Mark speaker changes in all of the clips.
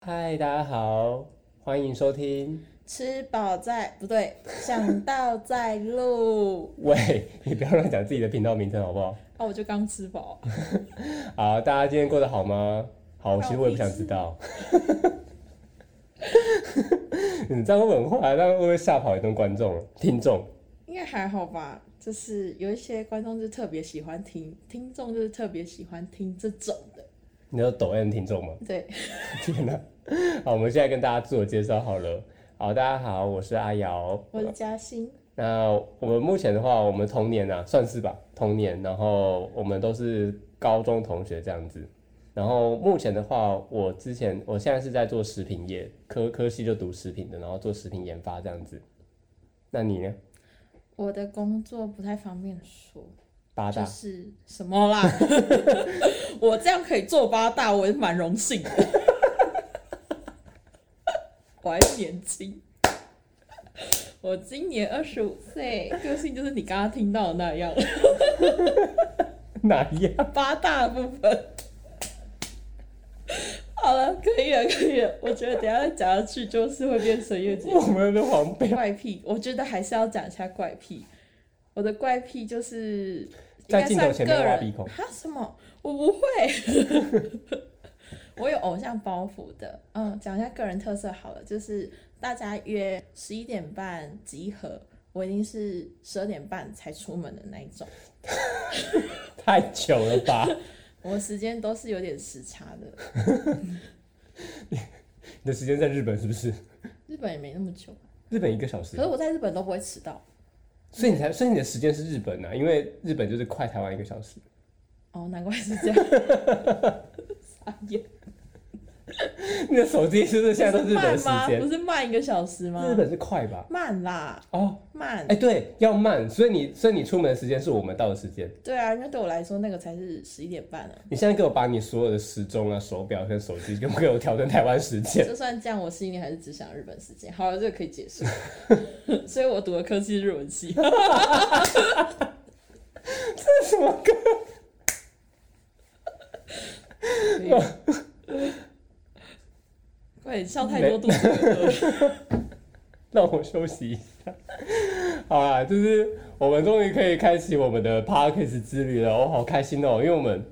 Speaker 1: 嗨，大家好，欢迎收听。
Speaker 2: 吃饱在 不对，想到在录
Speaker 1: 喂，你不要乱讲自己的频道名称好不好？
Speaker 2: 哦，我就刚吃饱，
Speaker 1: 好，大家今天过得好吗？好，其实我也不想知道。 你这样会很坏，这样会不会吓跑一顿观众、听众？
Speaker 2: 应该还好吧。就是有一些观众就特别喜欢听，听众就是特别喜欢听这种的。
Speaker 1: 你有抖 M 听众吗？
Speaker 2: 对，
Speaker 1: 天哪、好，我们现在跟大家自我介绍好了。好，大家好，我是阿瑶。
Speaker 2: 我是嘉欣，
Speaker 1: 那我们目前的话，我们同年啊，算是吧，同年。然后我们都是高中同学这样子。然后目前的话，我之前我现在是在做食品业，科科系就读食品的，然后做食品研发这样子。那你呢？
Speaker 2: 我的工作不太方便说，
Speaker 1: 八
Speaker 2: 就
Speaker 1: 大
Speaker 2: 是什么 啦？我这样可以做八大，我也蛮荣幸的。 我还是年轻，我今年二十五岁，个性就是你刚刚听到的那样。
Speaker 1: 哪一样？
Speaker 2: 八大的部分。 好了，可以了，可以了。我觉得等一下再讲下去就是会变成月姐
Speaker 1: 我们的黄标。
Speaker 2: 怪癖。我觉得还是要讲一下怪癖。我的怪癖就是
Speaker 1: 在镜头前面
Speaker 2: 应该
Speaker 1: 挖
Speaker 2: 算个
Speaker 1: 鼻
Speaker 2: 人
Speaker 1: 孔
Speaker 2: 哈什么？我不会。 我有偶像包袱的，嗯，讲一下个人特色好了，就是大家约十一点半集合，我一定是十二点半才出门的那一种。
Speaker 1: 太久了吧？
Speaker 2: 我时间都是有点时差的，
Speaker 1: 你的时间在日本是不是？
Speaker 2: 日本也没那么久，
Speaker 1: 日本一个小时
Speaker 2: 可，是我在日本都不会迟到。
Speaker 1: 所以你才，所以你的时间是日本啊，因为日本就是快台湾一个小时。
Speaker 2: 哦，难怪是这样。傻眼，
Speaker 1: 你的手机是不是现在都
Speaker 2: 不
Speaker 1: 日
Speaker 2: 是
Speaker 1: 本
Speaker 2: 慢
Speaker 1: 时
Speaker 2: 吗？
Speaker 1: 间
Speaker 2: 不？是慢一个小时吗
Speaker 1: 日？本是快吧？
Speaker 2: 慢啦，
Speaker 1: 哦，
Speaker 2: 慢。
Speaker 1: 哎、对，要慢，所以你所以你出门的时间是我们到的时间。
Speaker 2: 对啊，因为对我来说那个才是十一点半啊。
Speaker 1: 你现在给我把你所有的时钟啊、手表跟手机，给我给我调成台湾时间。
Speaker 2: 就算这样，我心里还是只想日本时间。好了，这个可 以结束。所以我读的科系是日文系。
Speaker 1: 这是什么 歌？
Speaker 2: 快点笑太多肚子饿了。
Speaker 1: 让我休息一下。好啦，就是我们终于可以开启我们的 podcast 之旅了，我、好开心哦！因为我们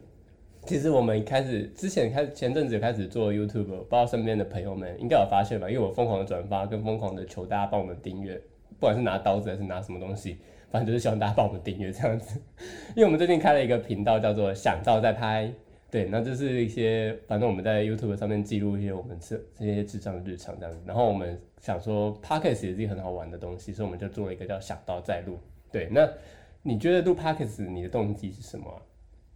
Speaker 1: 其实我们开始之前开前阵子有开始做 YouTube，不知道身边的朋友们应该有发现吧？因为我疯狂的转发跟疯狂的求大家帮我们订阅，不管是拿刀子还是拿什么东西，反正就是希望大家帮我们订阅这样子。 因为我们最近开了一个频道叫做“想到在拍”。对，那就是一些，反正我们在 YouTube 上面记录一些我们这这些智障的日常这样子。然后我们想说，Podcast 也是一个很好玩的东西，所以我们就做了一个叫“想到再录”。对，那你觉得录 Podcast 你的动机是什么啊？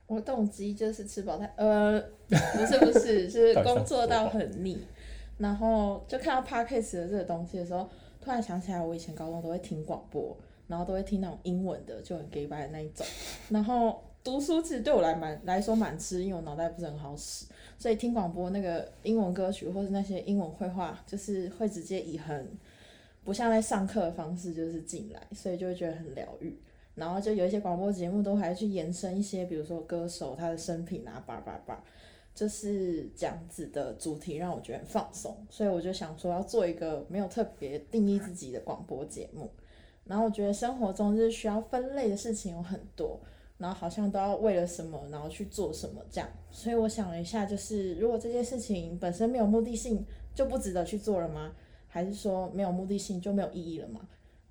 Speaker 2: 我动机就是吃饱太呃， 不是不是， 就是
Speaker 1: 到底想
Speaker 2: 工作到很腻，然后就看到 podcast 的这个东西的时候，突然想起来我以前高中都会听广播，然后都会听那种英文的，就很 gay 白的那一 种。然后读书其实对我来蛮来说蛮吃，因为我脑袋不是很好使，所以听广播那个英文歌曲或是那些英文绘画，就是会直接以很不像在上课的方式就是进来，所以就会觉得很疗愈。然后就有一些广播节目都还去延伸一些，比如说歌手他的生平啊，叭叭叭，就是这样子的主题让我觉得很放松，所以我就想说要做一个没有特别定义自己的广播节目。然后我觉得生活中就是需要分类的事情有很多，然后好像都要为了什么，然后去做什么这样。所以我想了一下，就是如果这件事情本身没有目的性，就不值得去做了吗？还是说没有目的性就没有意义了吗？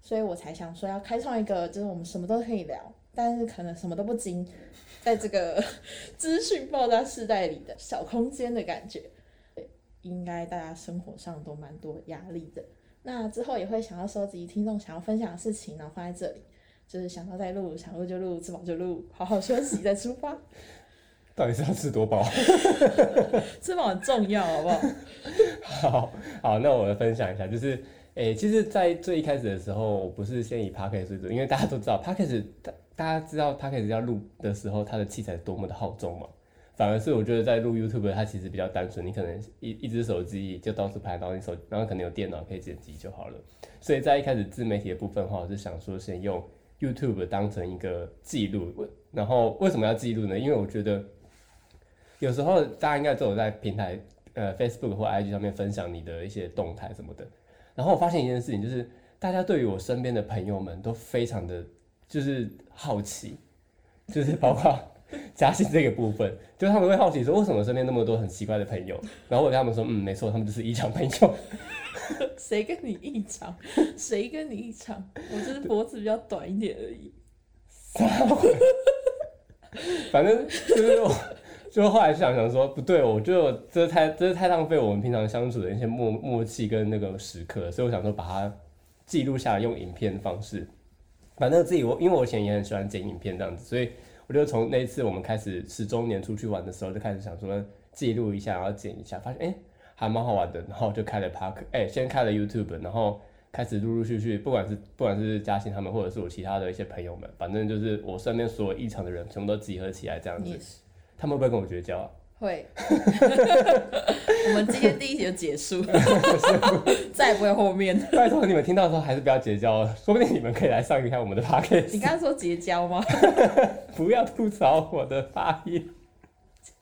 Speaker 2: 所以我才想说要开创一个，就是我们什么都可以聊，但是可能什么都不精，在这个 资讯爆炸时代里的小空间的感觉，对应该大家生活上都蛮多压力的。那之后也会想要收集听众想要分享的事情，然后放在这里，就是想到再录，想录就录，吃饱就录，好好休息再出发，
Speaker 1: 到底是要吃多饱？
Speaker 2: 吃饱很重要，好不 好？
Speaker 1: 好好，那我来分享一下，就是诶、其实，在最一开始的时候，我不是先以 podcast 为主，因为大家都知道 podcast，大大家知道 podcast 要录的时候，它的器材多么的厚重嘛。反而是我觉得在录 YouTube，它其实比较单纯，你可能一一只手机就到处拍，然后你手，然后可能有电脑可以剪辑就好了。所以在一开始自媒体的部分的话，我是想说先用 YouTube 当成一个记录。我然后为什么要记录呢？因为我觉得有时候大家应该都有在平台呃 Facebook 或 IG 上面分享你的一些动态什么的。然后我发现一件事情，就是大家对于我身边的朋友们都非常的就是好奇，就是包括 嘉欣这个部分，就是他们会好奇说，为什么身边那么多很奇怪的朋友？然后我跟他们说，嗯，没错，他们就是异常朋友。
Speaker 2: 谁跟你异常？ 谁跟你异常？ 我就是脖子比较短一点而已。
Speaker 1: 反正就是我，就后来想想说，不对，我就这太这太浪费我们平常相处的一些默默契跟那个时刻，所以我想说把它记录下来，用影片方式。反正自己我因为我以前也很喜欢剪影片这样子，所以我就从那次我们开始十周年出去玩的时候，就开始想说记录一下，然后剪一下，发现哎、诶还蛮好玩的，然后就开了 Park，哎、先开了 YouTube，然后。开始陆陆续续，不管是不管是嘉欣他们，或者是我其他的一些朋友们，反正就是我身边所有异常的人，全部都集合起来这样子
Speaker 2: 你也。是
Speaker 1: 他们会不会跟我绝交啊？
Speaker 2: 会。 我们今天第一集就结束， 再也不会后面。
Speaker 1: 拜托你们听到的时候还是不要结交了， 说不定你们可以来上一下我们的 podcast，
Speaker 2: 你刚刚说结交吗？
Speaker 1: 不要吐槽我的发音。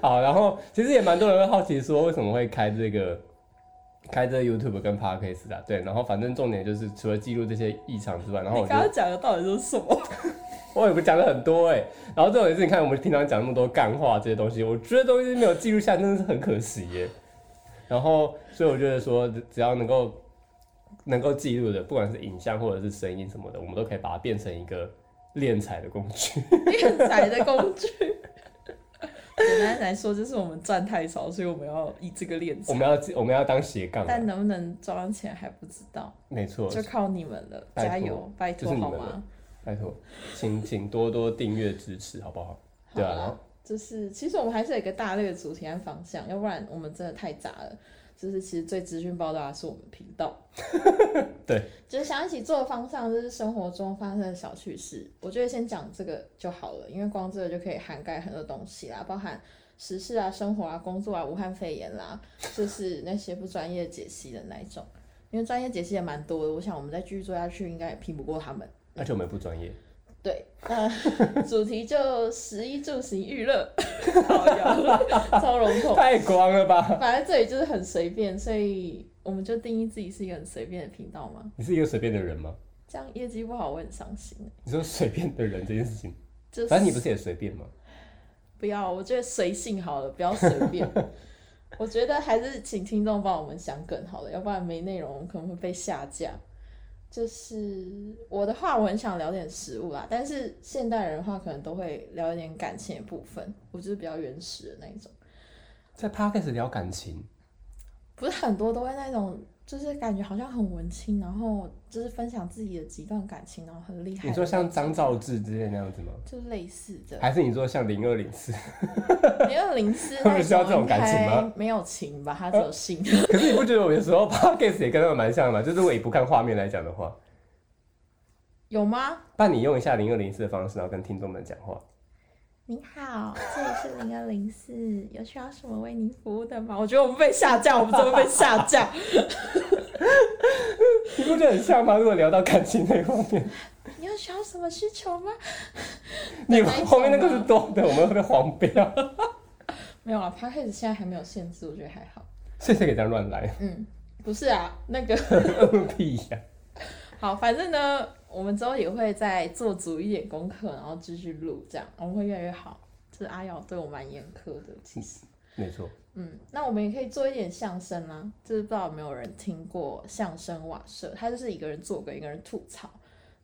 Speaker 1: 好，然后其实也蛮多人会好奇说为什么会开这个开这个 YouTube 跟 podcast 啊？对，然后反正重点就是除了记录这些异常之外，然后
Speaker 2: 你
Speaker 1: 我觉
Speaker 2: 刚
Speaker 1: 得
Speaker 2: 刚讲的到底是 什么？
Speaker 1: 我也不讲了很多哎、然后这种也是你看我们平常讲那么多干话这些东西，我觉得东西没有记录下来真的是很可惜耶、然后所以我觉得说，只只要能够能够记录的，不管是影像或者是声音什么的，我们都可以把它变成一个练财的工 具。
Speaker 2: 练财的工具。简单来说，就是我们赚太少，所以我们要以这个练
Speaker 1: 我
Speaker 2: 财。
Speaker 1: 们要记我们要当斜杠啊，
Speaker 2: 但能不能赚到钱还不知道，
Speaker 1: 没错，
Speaker 2: 就靠你们了，
Speaker 1: 拜托
Speaker 2: 加油，拜托
Speaker 1: 就是你
Speaker 2: 好
Speaker 1: 们了
Speaker 2: 吗？
Speaker 1: 拜托，请请多多订阅支持，好不好？对啊
Speaker 2: 好啦
Speaker 1: 然后
Speaker 2: 就是其实我们还是有一个大类的主题和方向，要不然我们真的太杂了。就是其实最资讯爆炸的是我们频道，
Speaker 1: 对，
Speaker 2: 就是想一起做的方向就是生活中发生的小趣事。我觉得先讲这个就好了，因为光这个就可以涵盖很多东西啦，包含时事啊、生活啊、工作啊、武汉肺炎啦，就是那些不专业解析的那一种。因为专业解析也蛮多的，我想我们再继续做下去，应该也拼不过他们。
Speaker 1: 而且我们也不专业，
Speaker 2: 对，那 主题就十一住行娱乐，好呀超笼统。
Speaker 1: 太光了吧？
Speaker 2: 反正这里就是很随便，所以我们就定义自己是一个很随便的频道嘛。
Speaker 1: 你是一个随便的人吗？
Speaker 2: 这样业绩不好，我很伤心。
Speaker 1: 你说随便的人这件事情，
Speaker 2: 就是
Speaker 1: 反正你不是也随便吗？
Speaker 2: 不要，我觉得随性好了，不要随便。 我觉得还是请听众帮我们想梗好了，要不然没内容我们可能会被下架。就是我的话，我很想聊点食物啦，但是现代人的话，可能都会聊一点感情的部分，我就是比较原始的那一种。
Speaker 1: 在 podcast 聊感情。
Speaker 2: 不是很多都会那种，就是感觉好像很文青，然后就是分享自己的几段感情，然后很厉害的那种。
Speaker 1: 你说像张兆志之类那样子吗？
Speaker 2: 就类似的，
Speaker 1: 还是你说像零二零四？
Speaker 2: 没有零四
Speaker 1: 他们需要这种感情吗？
Speaker 2: 没有情吧，他只有性。
Speaker 1: 可是你不觉得我有时候 podcast 也跟他们蛮像的吗？就是我也不看画面来讲的话，
Speaker 2: 有吗？
Speaker 1: 但你用一下零二零四的方式，然后跟听众们讲话。
Speaker 2: 您好，这里是零二零四，有需要什么为您服务的吗？我觉得我们被下架，我们怎么被下架？
Speaker 1: 你不觉得很像吗？如果聊到感情那方面，
Speaker 2: 你有需要什么需求吗？
Speaker 1: 你
Speaker 2: 哪一种
Speaker 1: 后面那个是多的，我们会被黄标。
Speaker 2: 没有啊 p a c k a g e 现在还没有限制，我觉得还好。
Speaker 1: 谢谢可以这样乱来，
Speaker 2: 嗯，不是啊，那个
Speaker 1: 屁呀、
Speaker 2: 好，反正呢，我们之后也会再做足一点功课，然后继续录，这样我们会越来越好。就是阿瑶对我蛮严苛的，其实，
Speaker 1: 没错，
Speaker 2: 嗯，那我们也可以做一点相声啦、就是不知道有没有人听过相声瓦舍，他就是一个人做跟一个人吐槽，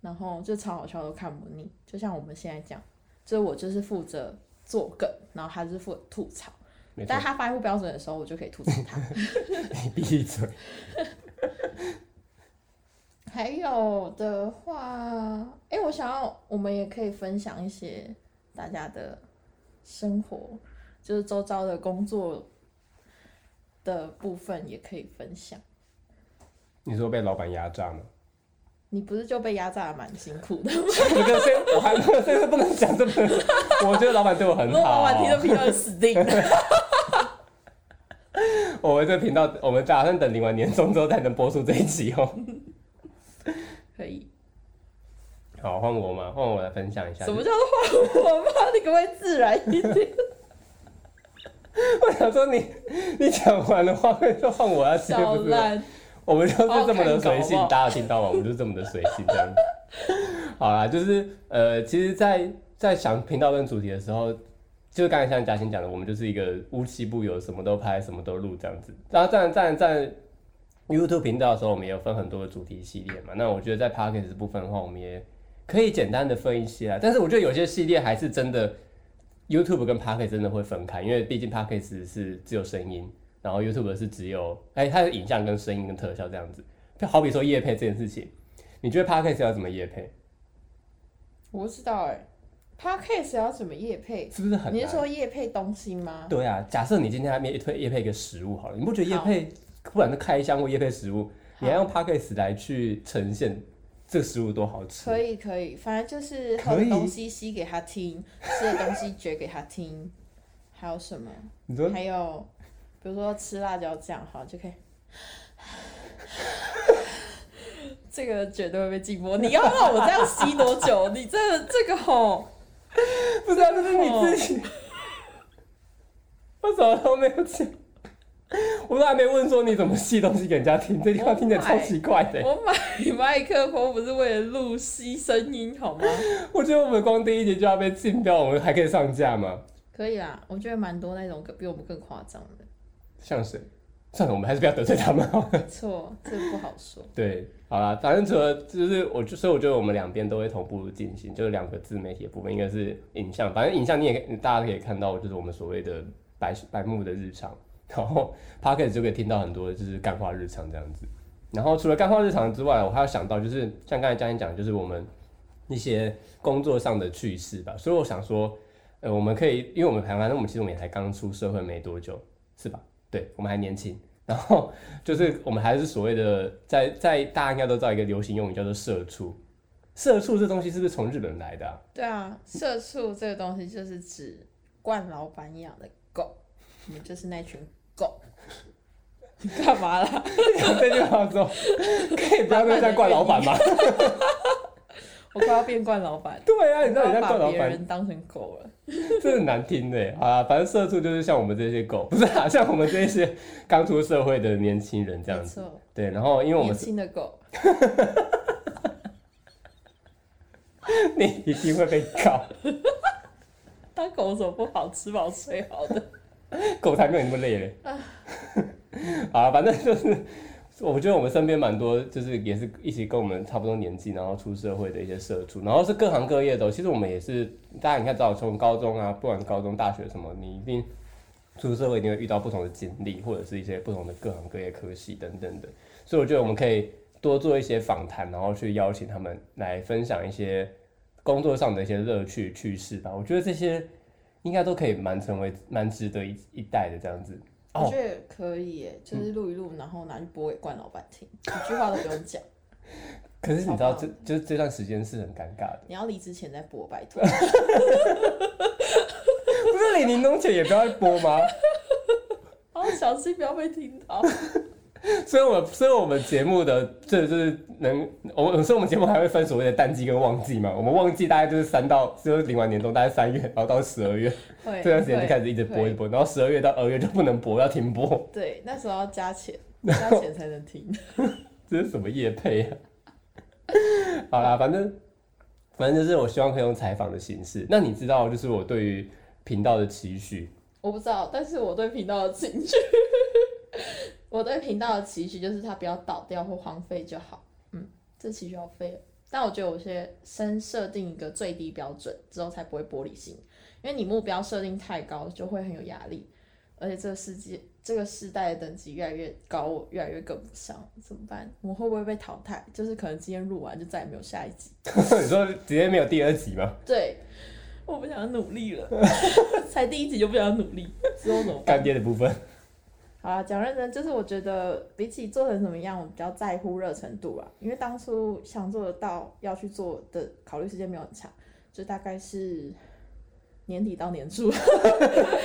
Speaker 2: 然后就超好笑都看不腻，就像我们现在这样，就是我就是负责做梗，然后他是负责吐槽，
Speaker 1: 没错
Speaker 2: 但。他发音不标准的时候，我就可以吐槽他。
Speaker 1: 你闭嘴。
Speaker 2: 还有的话，哎、我想要，我们也可以分享一些大家的生活，就是周遭的工作的部分也可以分享。
Speaker 1: 你说被老板压榨吗？
Speaker 2: 你不是就被压榨的蛮辛苦的吗？
Speaker 1: 我跟所以我还所以说不能讲这么。 我觉得老板对我很
Speaker 2: 如果
Speaker 1: 好。
Speaker 2: 老板听到频道就死定了。
Speaker 1: 我们这频道，我们打算等领完年终之后才能播出这一集哦。
Speaker 2: 可以？
Speaker 1: 好，换我嘛，换我来分享一下。
Speaker 2: 什么叫做换我吗？你可不可以自然一点？
Speaker 1: 我想说你 你讲完的话会说换我要接，
Speaker 2: 小
Speaker 1: 不是吗？
Speaker 2: 烂，
Speaker 1: 我们就是这么的随性
Speaker 2: 好好看稿好不好，
Speaker 1: 大家有听到吗？我们就是这么的随性这样子。 好啦，就是呃，其实在，在想频道跟主题的时候，就是刚才像嘉欣讲的，我们就是一个无奇不有，什么都拍，什么都录这样子。然后站站站 YouTube 频道的时候，我们也有分很多的主题系列嘛。那我觉得在 Podcast 部分的话，我们也可以简单的分一些啊。但是我觉得有些系列还是真的 YouTube 跟 Podcast 真的会分开，因为毕竟 Podcast 是只有声音。然后 YouTube 是只有哎，它的影像跟声音跟特效这样子。就好比说夜配这件事情，你觉得 Podcast 要怎么夜配？
Speaker 2: 我不知道哎、p o d c a s t 要怎么夜配？
Speaker 1: 是不是很
Speaker 2: 你是
Speaker 1: 难？
Speaker 2: 说夜配东西吗？
Speaker 1: 对啊，假设你今天还没推夜配一个食物好了，你不觉得夜
Speaker 2: 好
Speaker 1: 配不然就开箱或夜配食物，你还
Speaker 2: 好
Speaker 1: 用 Podcast 来去呈现这个食物多好吃？
Speaker 2: 可以可以，反正就是
Speaker 1: 可
Speaker 2: 喝的
Speaker 1: 以
Speaker 2: 东西吸给他听，吃的东西 嚼给他听，还有什么？
Speaker 1: 你说
Speaker 2: 还有比如说吃辣椒酱，好就可以。这个绝对会被禁播。你要让我这样吸多久？你这个这个吼，
Speaker 1: 不是啊，这是
Speaker 2: 哦
Speaker 1: 你自己，我什么都没有讲，我都还没问说你怎么吸东西给人家听，这地方听起来
Speaker 2: 哦
Speaker 1: 超奇怪的。欸
Speaker 2: 我买麦克风不是为了录吸声音好吗？
Speaker 1: 我觉得我们光第一集就要被禁掉，我们还可以上架吗？
Speaker 2: 可以啦，我觉得蛮多那种比我们更夸张的。
Speaker 1: 像谁？算了，我们还是不要得罪他们好了。
Speaker 2: 没错，这个不好说。
Speaker 1: 对，好啦，反正除了就是我就，所以我觉得我们两边都会同步进行，就是两个自媒体的部分，一个是影像，反正影像你也可以大家可以看到，就是我们所谓的白白目的日常，然后 p o c k e t 就可以听到很多就是干话日常这样子。然后除了干话日常之外，我还要想到就是像刚才嘉欣讲的，就是我们一些工作上的趣事吧。所以我想说，呃，我们可以，因为我们台湾，那我们其实我们也才刚出社会没多久，是吧？对，我们还年轻。然后就是我们还是所谓的在在大家应该都知道一个流行用语叫做社畜，社畜这东西是不是从日本来的、啊？
Speaker 2: 对啊，社畜这个东西就是指惯老板养的狗，我们就是那群狗。 你干嘛啦？
Speaker 1: 讲这句话的时候，可以不要再怪老板吗？
Speaker 2: 我快要变惯老板，
Speaker 1: 对啊，你知道你在
Speaker 2: 我
Speaker 1: 怪
Speaker 2: 快要把
Speaker 1: 老
Speaker 2: 别
Speaker 1: 板，
Speaker 2: 人 当成狗了。
Speaker 1: 真的难听的啊！反正社畜就是像我们这些狗，不是啊，像我们这些刚出社会的年轻人这样
Speaker 2: 没
Speaker 1: 子。
Speaker 2: 错，
Speaker 1: 对，然后因为我们
Speaker 2: 年
Speaker 1: 是，
Speaker 2: 轻的狗，
Speaker 1: 你一定会被告，
Speaker 2: 当狗有什么不好？吃饱睡好的。
Speaker 1: 狗才没有你那么累嘞。 啊，反正就是，我觉得我们身边蛮多，就是也是一起跟我们差不多年纪，然后出社会的一些社畜，然后是各行各业的哦。其实我们也是，大家你看，早从高中啊，不管高中、大学什么，你一定出社会一定会遇到不同的经历，或者是一些不同的各行各业科系等等的。所以我觉得我们可以多做一些访谈，然后去邀请他们来分享一些工作上的一些乐趣趣事吧。我觉得这些应该都可以蛮成为蛮值得一一代的这样子。 哦
Speaker 2: 我觉得可以耶，就是录一录，然后拿去播给惯老 板听，一句话都不用讲。
Speaker 1: 可是你知道
Speaker 2: 好吧
Speaker 1: 这就是这段时间是很尴尬的，
Speaker 2: 你要离职前再播，拜托。
Speaker 1: 不是李宁东姐也不要播吗？
Speaker 2: 好小心不要被听到。
Speaker 1: 所以我所以我们节目的这就是能，我们所以我们节目还会分所谓的淡季跟旺季嘛。我们旺季大概就是三到就是领完年终大概三月，然后到十二月
Speaker 2: 会
Speaker 1: 这段时间就
Speaker 2: 会
Speaker 1: 开始一直播
Speaker 2: 会
Speaker 1: 一直播，然后十二月到二月就不能播，要停播，
Speaker 2: 对，那时候要 加钱，加钱才能听。
Speaker 1: 这是什么业配啊？ 好啦，反正反正就是我希望可以用采访的形式。那你知道就是我对于频道的期许，
Speaker 2: 我不知道，但是我对频道的情绪，我对频道的期许就是它不要倒掉或荒废就好。嗯，这期许要废了。但我觉得我先先设定一个最低标准，之后才不会玻璃心。因为你目标设定太高，就会很有压力，而且这个世界这个世代的等级越来越高，我越来越跟不上，怎么办？我会不会被淘汰？就是可能今天录完就再也没有下一集。
Speaker 1: 你说直接没有第二集吗？
Speaker 2: 对，我不想努力了， 才第一集就不想努力，之后怎么办？
Speaker 1: 干爹的部分。
Speaker 2: 好啦，讲认真，就是我觉得比起做成怎么样，我比较在乎热程度啦。因为当初想做得到要去做的考虑时间没有很长，就大概是年底到年初。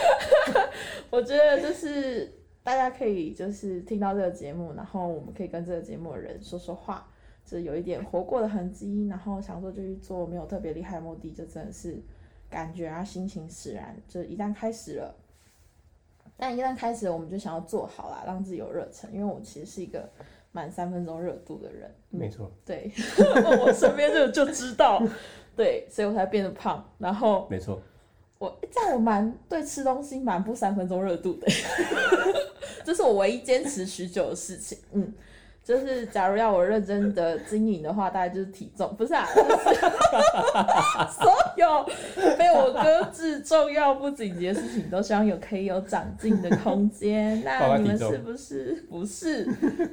Speaker 2: 我觉得就是大家可以就是听到这个节目，然后我们可以跟这个节目的人说说话，就是有一点活过的痕迹。然后想做就去做，没有特别厉害的目的，就真的是感觉啊，心情使然，就是一旦开始了。但一旦开始，我们就想要做好啦，让自己有热忱，因为我其实是一个满三分钟热度的人。
Speaker 1: 没错，
Speaker 2: 对， 我身边就就知道，对，所以我才变得胖。然后
Speaker 1: 没错，
Speaker 2: 我这样我蛮对吃东西蛮不三分钟热度的， 这是我唯一坚持许久的事情。嗯，就是假如要我认真的经营的话，大概就是体重，不是啊，就是 所有被我搁置重要不紧急的事情，都希望有可以有长进的空间。
Speaker 1: 爸
Speaker 2: 那
Speaker 1: 爸
Speaker 2: 你们
Speaker 1: 体重
Speaker 2: 是不是不是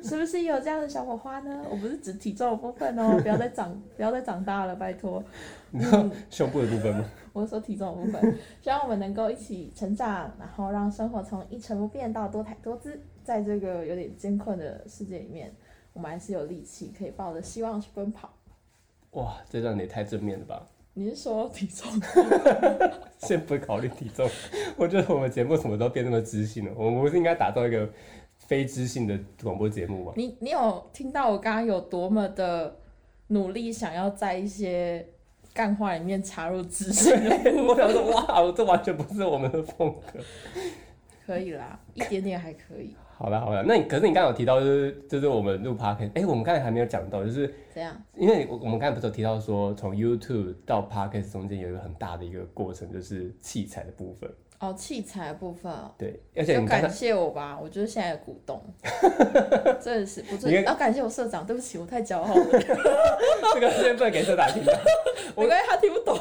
Speaker 2: 是不是有这样的小火花呢？我不是指体重的部分哦，不要再长不要再长大了，拜托。
Speaker 1: 你知道胸部的部分吗？
Speaker 2: 我所体重的部 分，希望我们能够一起成长，然后让生活从一成不变到多彩多姿。在这个有点艰困的世界里面，我们还是有力气可以抱着希望去奔跑。
Speaker 1: 哇，这段也太正面了吧！
Speaker 2: 你是说体重？
Speaker 1: 先不考虑体重， 我觉得我们节目什么时候变那么知性了？我们不是应该打造一个非知性的广播节目吗？
Speaker 2: 你你有听到我刚刚有多么的努力，想要在一些干话里面插入知识 的部
Speaker 1: 我想
Speaker 2: 分
Speaker 1: 说，？哇，这完全不是我们的风格。
Speaker 2: 可以啦，一点点还可以。
Speaker 1: 好了好了，那你可是你刚刚有提到，就是就是我们录 p o d c a s 哎、我们刚才还没有讲到，就是
Speaker 2: 这样，
Speaker 1: 因为我我们刚才不是有提到说，从 YouTube 到 p o d c a s 中间有一个很大的一个过程，就是器材的部分。
Speaker 2: 哦，器材的部分哦、
Speaker 1: 对，而且
Speaker 2: 要
Speaker 1: 你刚才
Speaker 2: 感谢我吧，我就是现在的股东，真的是不
Speaker 1: 你
Speaker 2: 是？
Speaker 1: 看
Speaker 2: 要感谢我社长，对不起，我太骄傲了，
Speaker 1: 这个先不能给社长听到。 我
Speaker 2: 我关系他听不懂。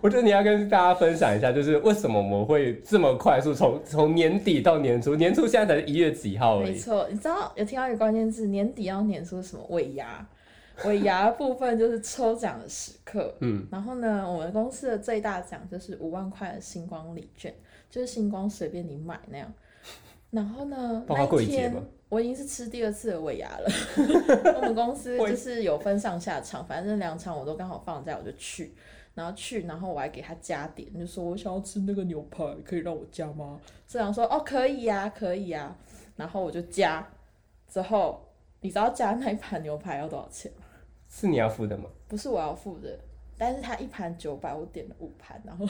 Speaker 1: 我觉得你要跟大家分享一下，就是为什么我们会这么快速从从年底到年初，年初现在才是一月几号而
Speaker 2: 没
Speaker 1: 已。
Speaker 2: 错，你知道有听到一个关键字，年底要年出什么尾牙，尾牙的部分就是抽奖的时刻。
Speaker 1: 嗯，
Speaker 2: 然后呢，我们公司的最大奖就是五万块的星光礼券，就是星光随便你买那样。然后呢，
Speaker 1: 包括
Speaker 2: 那
Speaker 1: 柜
Speaker 2: 一
Speaker 1: 姐
Speaker 2: 天
Speaker 1: 吗
Speaker 2: 我已经是吃第二次的尾牙了。我们公司就是有分上下场，反正两场我都刚好放假，我就去。然后去，然后我还给他加点，就说我想要吃那个牛排，可以让我加吗？社长说哦，可以呀、可以呀、然后我就加，之后你知道加那一盘牛排要多少钱吗？
Speaker 1: 是你要付的吗？
Speaker 2: 不是我要付的，但是他一盘九百，我点了五盘，然后 我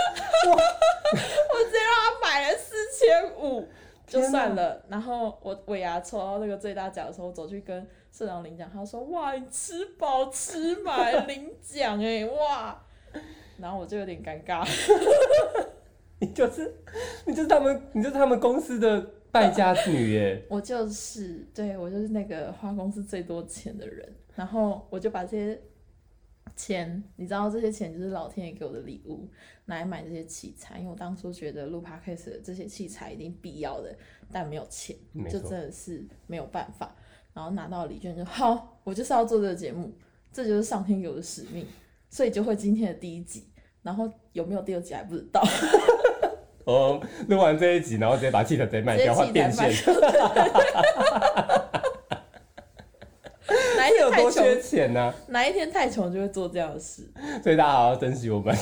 Speaker 2: 直接让他买了四千五，就算了。然后我尾牙抽到那个最大奖的时候，我走去跟社长领奖，他说：“哇，你吃饱吃满领奖哎、哇！”然后我就有点尴尬，
Speaker 1: 你就是你就是他们你就是他们公司的败家女 耶。
Speaker 2: 我就是对我就是那个花公司最多钱的人，然后我就把这些钱，你知道这些钱就是老天爷给我的礼物，拿来买这些器材，因为我当初觉得录 podcast 的这些器材一定必要的，但没有钱，
Speaker 1: 没
Speaker 2: 就
Speaker 1: 错
Speaker 2: 真的是没有办法。然后拿到礼券就好，我就是要做这个节目，这就是上天给我的使命，所以就会今天的第一集。然后有没有第二集还不知道，
Speaker 1: 哦，录完这一集，然后直接把器材直接卖
Speaker 2: 这
Speaker 1: 掉，
Speaker 2: 一
Speaker 1: 换
Speaker 2: 集
Speaker 1: 电
Speaker 2: 才
Speaker 1: 线
Speaker 2: 卖，。哪一天
Speaker 1: 有
Speaker 2: 太
Speaker 1: 多
Speaker 2: 穷
Speaker 1: 缺钱呢、
Speaker 2: 哪一天太穷就会做这样的事。
Speaker 1: 所以大家好好珍惜我们。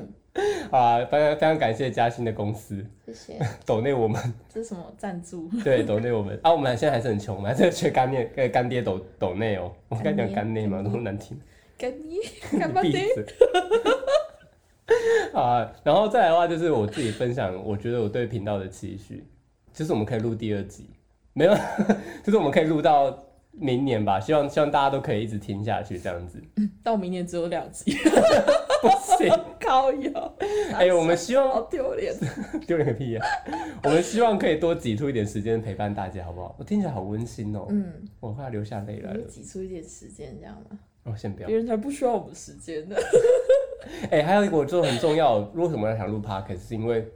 Speaker 1: 好啊，非常非常感谢嘉兴的公司
Speaker 2: 谢谢，
Speaker 1: 抖内我们，
Speaker 2: 这是什么赞助？
Speaker 1: 对抖内我们啊，我们现在还是很穷，我们还是缺干爹呃干爹抖抖内哦。我刚讲干爹嘛，那么难听。
Speaker 2: 干 你干巴
Speaker 1: 闭
Speaker 2: 爹！
Speaker 1: 嘴。 啊，然后再来的话就是我自己分享，我觉得我对频道的期许，就是我们可以录第二集，没有， 就是我们可以录到明年吧，希望希望大家都可以一直听下去这样子。
Speaker 2: 到明年只有两集，
Speaker 1: 不行，
Speaker 2: 高腰。
Speaker 1: 哎、我们希望
Speaker 2: 好丢 脸。
Speaker 1: 丢脸个屁呀、我们希望可以多挤出一点时间陪伴大家，好不好？我听起来好温馨哦，
Speaker 2: 嗯，
Speaker 1: 我快要流下泪来
Speaker 2: 你
Speaker 1: 了
Speaker 2: 就。挤出一点时间，这样吗？
Speaker 1: 哦，先不要
Speaker 2: 别。人才不需要我们时间呢。
Speaker 1: 哎、还有一个我觉得很重要，为什么想录 podcast，是因为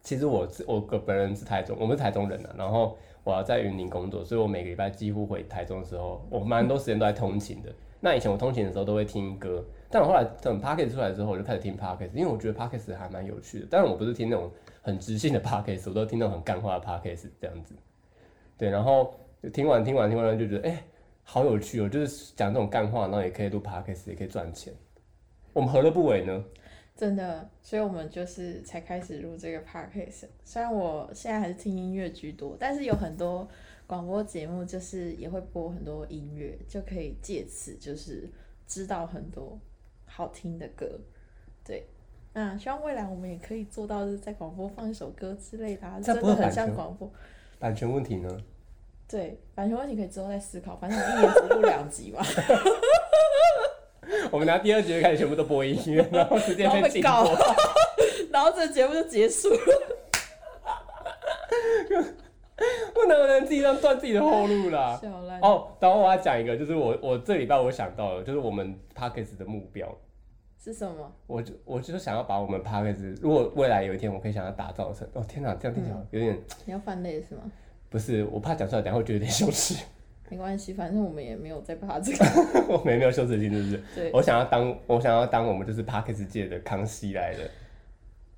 Speaker 1: 其实我自我个本人是台中，我们是台中人啊，然后我要在云林工作，所以我每个礼拜几乎回台中的时候，我蛮多时间都在通勤的。那以前我通勤的时候都会听歌，但我后来等 podcast 出来之后，我就开始听 podcast，因为我觉得 podcast 还蛮有趣的。但是我不是听那种很知性的 podcast，我都听那种很干话的 podcast 这样子。对，然后就听完听完听完就觉得，哎、好有趣哦，就是讲这种干话，然后也可以录 podcast，也可以赚钱。我们何乐不为呢？
Speaker 2: 真的，所以我们就是才开始录这个 podcast。虽然我现在还是听音乐居多，但是有很多广播节目就是也会播很多音乐，就可以借此就是知道很多好听的歌。对，那希望未来我们也可以做到，就是在广播放一首歌之类的、啊，
Speaker 1: 这
Speaker 2: 真
Speaker 1: 样不
Speaker 2: 的
Speaker 1: 会有
Speaker 2: 很
Speaker 1: 版
Speaker 2: 像
Speaker 1: 权
Speaker 2: 广播。
Speaker 1: 版权问题呢？
Speaker 2: 对，版权问题可以之后再思考，反正我们一年只录两集 嘛，
Speaker 1: 我们拿第二集就开始全部都播音乐，然后直接
Speaker 2: 然后
Speaker 1: 被
Speaker 2: 被
Speaker 1: 禁
Speaker 2: 告
Speaker 1: 播。
Speaker 2: 然后这节目就结束了。
Speaker 1: 不能不能自己让断自己的后路啦。
Speaker 2: 笑烂。
Speaker 1: 哦，然后我要讲一个，就是我我这礼拜我想到了，就是我们 p a c k a g e 的目标，
Speaker 2: 是什么？
Speaker 1: 我就我就是想要把我们 p a c k a g e 如果未来有一天我可以想要打造成，哦天哪，这样听起来有点、
Speaker 2: 你要犯累是吗？
Speaker 1: 不是，我怕讲出来，等下会觉得有点羞耻，
Speaker 2: 没关系，反正我们也没有在怕这个。
Speaker 1: 我没没有羞耻心，是不是？
Speaker 2: 对，
Speaker 1: 我想要当我想要当我们就是 p a c k a g e 界的 康熙来了，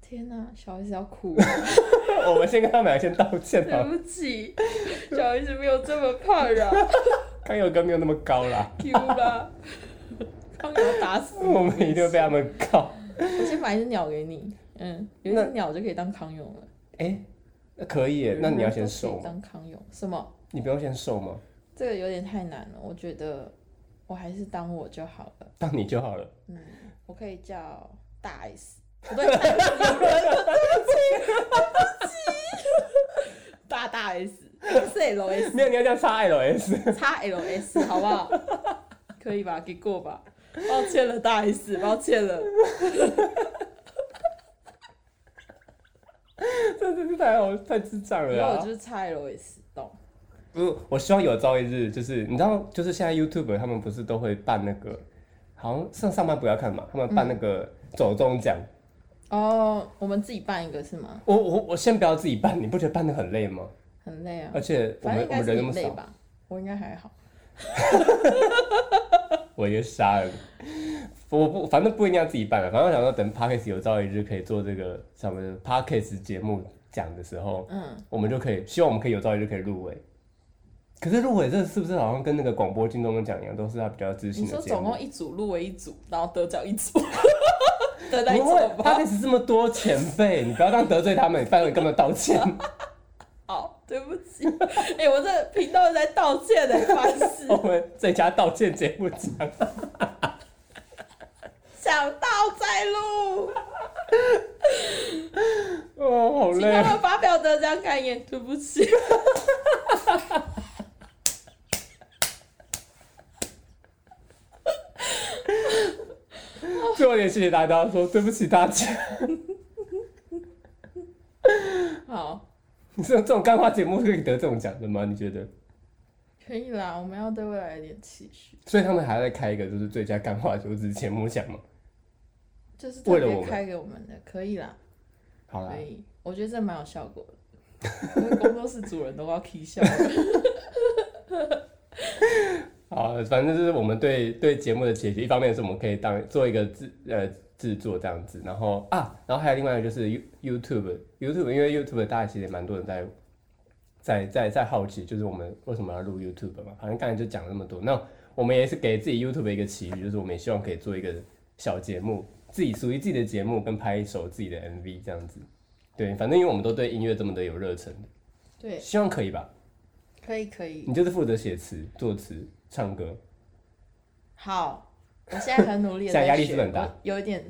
Speaker 2: 天哪、小 S 要哭了，
Speaker 1: 我们先跟他们俩先道歉
Speaker 2: 对
Speaker 1: 吧，
Speaker 2: 不起，小 S 没有这么胖啦
Speaker 1: 康有哥没有那么高啦，
Speaker 2: ，Q 啦，胖鸟打死你
Speaker 1: 我们一定会被他们告。
Speaker 2: 我先买一只鸟给你，嗯，有一
Speaker 1: 那
Speaker 2: 只鸟就可以当康永了。
Speaker 1: 哎、那可以耶，那你要先瘦
Speaker 2: 都可
Speaker 1: 吗？
Speaker 2: 以当康永什么？
Speaker 1: 你不用先瘦吗？
Speaker 2: 这个有点太难了，我觉得我还是当我就好了。
Speaker 1: 当你就好了。
Speaker 2: 嗯，我可以叫大 S，不对，大 S 有人了，对不起，对不起，大大 S，X L S。
Speaker 1: 没有，你要叫 x LS。
Speaker 2: 叉 LS 好不 好？可以吧？给过吧？抱歉了，大 S，抱歉了。
Speaker 1: 这 真是太好太智障了
Speaker 2: 然后我
Speaker 1: 啊
Speaker 2: 就！是叉 LS，懂？
Speaker 1: 不是，我希望有朝一日，就是你知道，就是现在 YouTube 他们不是都会办那个，好像上上班不要看嘛，他们办那
Speaker 2: 嗯
Speaker 1: 个走中奖。
Speaker 2: 哦，我们自己办一个是吗？
Speaker 1: 我我我先不要自己办，你不觉得办的很累吗？
Speaker 2: 很累啊
Speaker 1: 而，且呃我
Speaker 2: 反
Speaker 1: 们我们
Speaker 2: 正应该是
Speaker 1: 人那
Speaker 2: 你
Speaker 1: 么
Speaker 2: 累
Speaker 1: 少，
Speaker 2: 吧？我应该还好。
Speaker 1: 我也杀了。我不，反正不一定要自己办了。反正我想说，等 Parkes 有朝一日可以做这个什么 Parkes 节目讲的时候，
Speaker 2: 嗯，
Speaker 1: 我们就可以，希望我们可以有朝一日可以入围。可是入围这是不是好像跟那个广播金钟奖一样，都是要比较知性
Speaker 2: 你
Speaker 1: 的
Speaker 2: 说
Speaker 1: 节目？
Speaker 2: 总共一组入围一组，然后得奖一 组，得奖一
Speaker 1: 不
Speaker 2: 组
Speaker 1: 会，
Speaker 2: 吧
Speaker 1: 他？认识这么多前辈， 你不要这样得罪他们，你拜托你跟他们道 歉。
Speaker 2: 好，对不 起，哎、我这频道在道歉的，烦死
Speaker 1: 我，们最佳道歉节目奖，
Speaker 2: 想到再录。
Speaker 1: 哦，好
Speaker 2: 请
Speaker 1: 累
Speaker 2: 他。们发表得奖感言，对不起。
Speaker 1: 最后也谢谢大家，说对不起大家。
Speaker 2: 好，
Speaker 1: 你这种这种干话节目是可以得这种奖的吗？你觉得？
Speaker 2: 可以啦，我们要对未来有点期许，
Speaker 1: 所以他们还在开一个就是最佳干话求职节目奖嘛？
Speaker 2: 就是特
Speaker 1: 为了我
Speaker 2: 别
Speaker 1: 们
Speaker 2: 开给我们的，可以啦，
Speaker 1: 好啦
Speaker 2: 可，以，我觉得这蛮有效果的。因为工作室主人都要 k 笑了，
Speaker 1: 好，反正就是我们对对节目的解决，一方面是我们可以当做一个制呃制作这样子，然后啊，然后还有另外一个就是 You- YouTube YouTube，因为 YouTube 大家其实也蛮多人在在在在好奇，就是我们为什么要录 YouTube 嘛？好像刚才就讲了那么多，那我们也是给自己 YouTube 一个期许，就是我们也希望可以做一个小节目，自己属于自己的节目，跟拍一首自己的 MV 这样子。对，反正因为我们都对音乐这么的有热忱，
Speaker 2: 对，
Speaker 1: 希望可以吧？
Speaker 2: 可以可以，
Speaker 1: 你就是负责写词、作词、唱歌。
Speaker 2: 好，我现在很努力 的，
Speaker 1: 现在压力是不是很大，
Speaker 2: 有一点，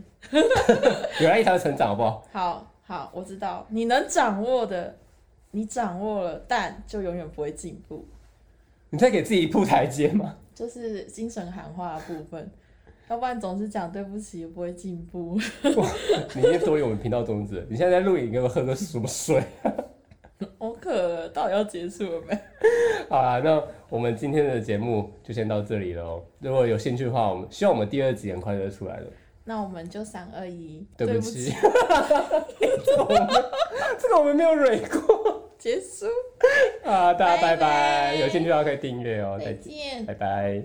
Speaker 1: 有来一条成长，好不好？
Speaker 2: 好好，我知道你能掌握的，你掌握了，但就永远不会进步，
Speaker 1: 你在给自己铺台阶吗？
Speaker 2: 就是精神喊话的部分，要不然总是讲对不起，也不会进步。
Speaker 1: 你已经脱离我们频道宗旨了，你现在在录影，给我喝个什么 水？
Speaker 2: 我渴了，到底要结束了没？
Speaker 1: 好啦，那我们今天的节目就先到这里了哦。如果有兴趣的话，我们希望我们第二集很快就出来了。
Speaker 2: 那我们就三二一，
Speaker 1: 对
Speaker 2: 不
Speaker 1: 不起， 这个我们这个我们没有蕊过
Speaker 2: 结束，
Speaker 1: 啊！大家拜
Speaker 2: 拜拜
Speaker 1: 拜，有兴趣的话可以订阅哦。再
Speaker 2: 再
Speaker 1: 见，
Speaker 2: 见。
Speaker 1: 拜拜。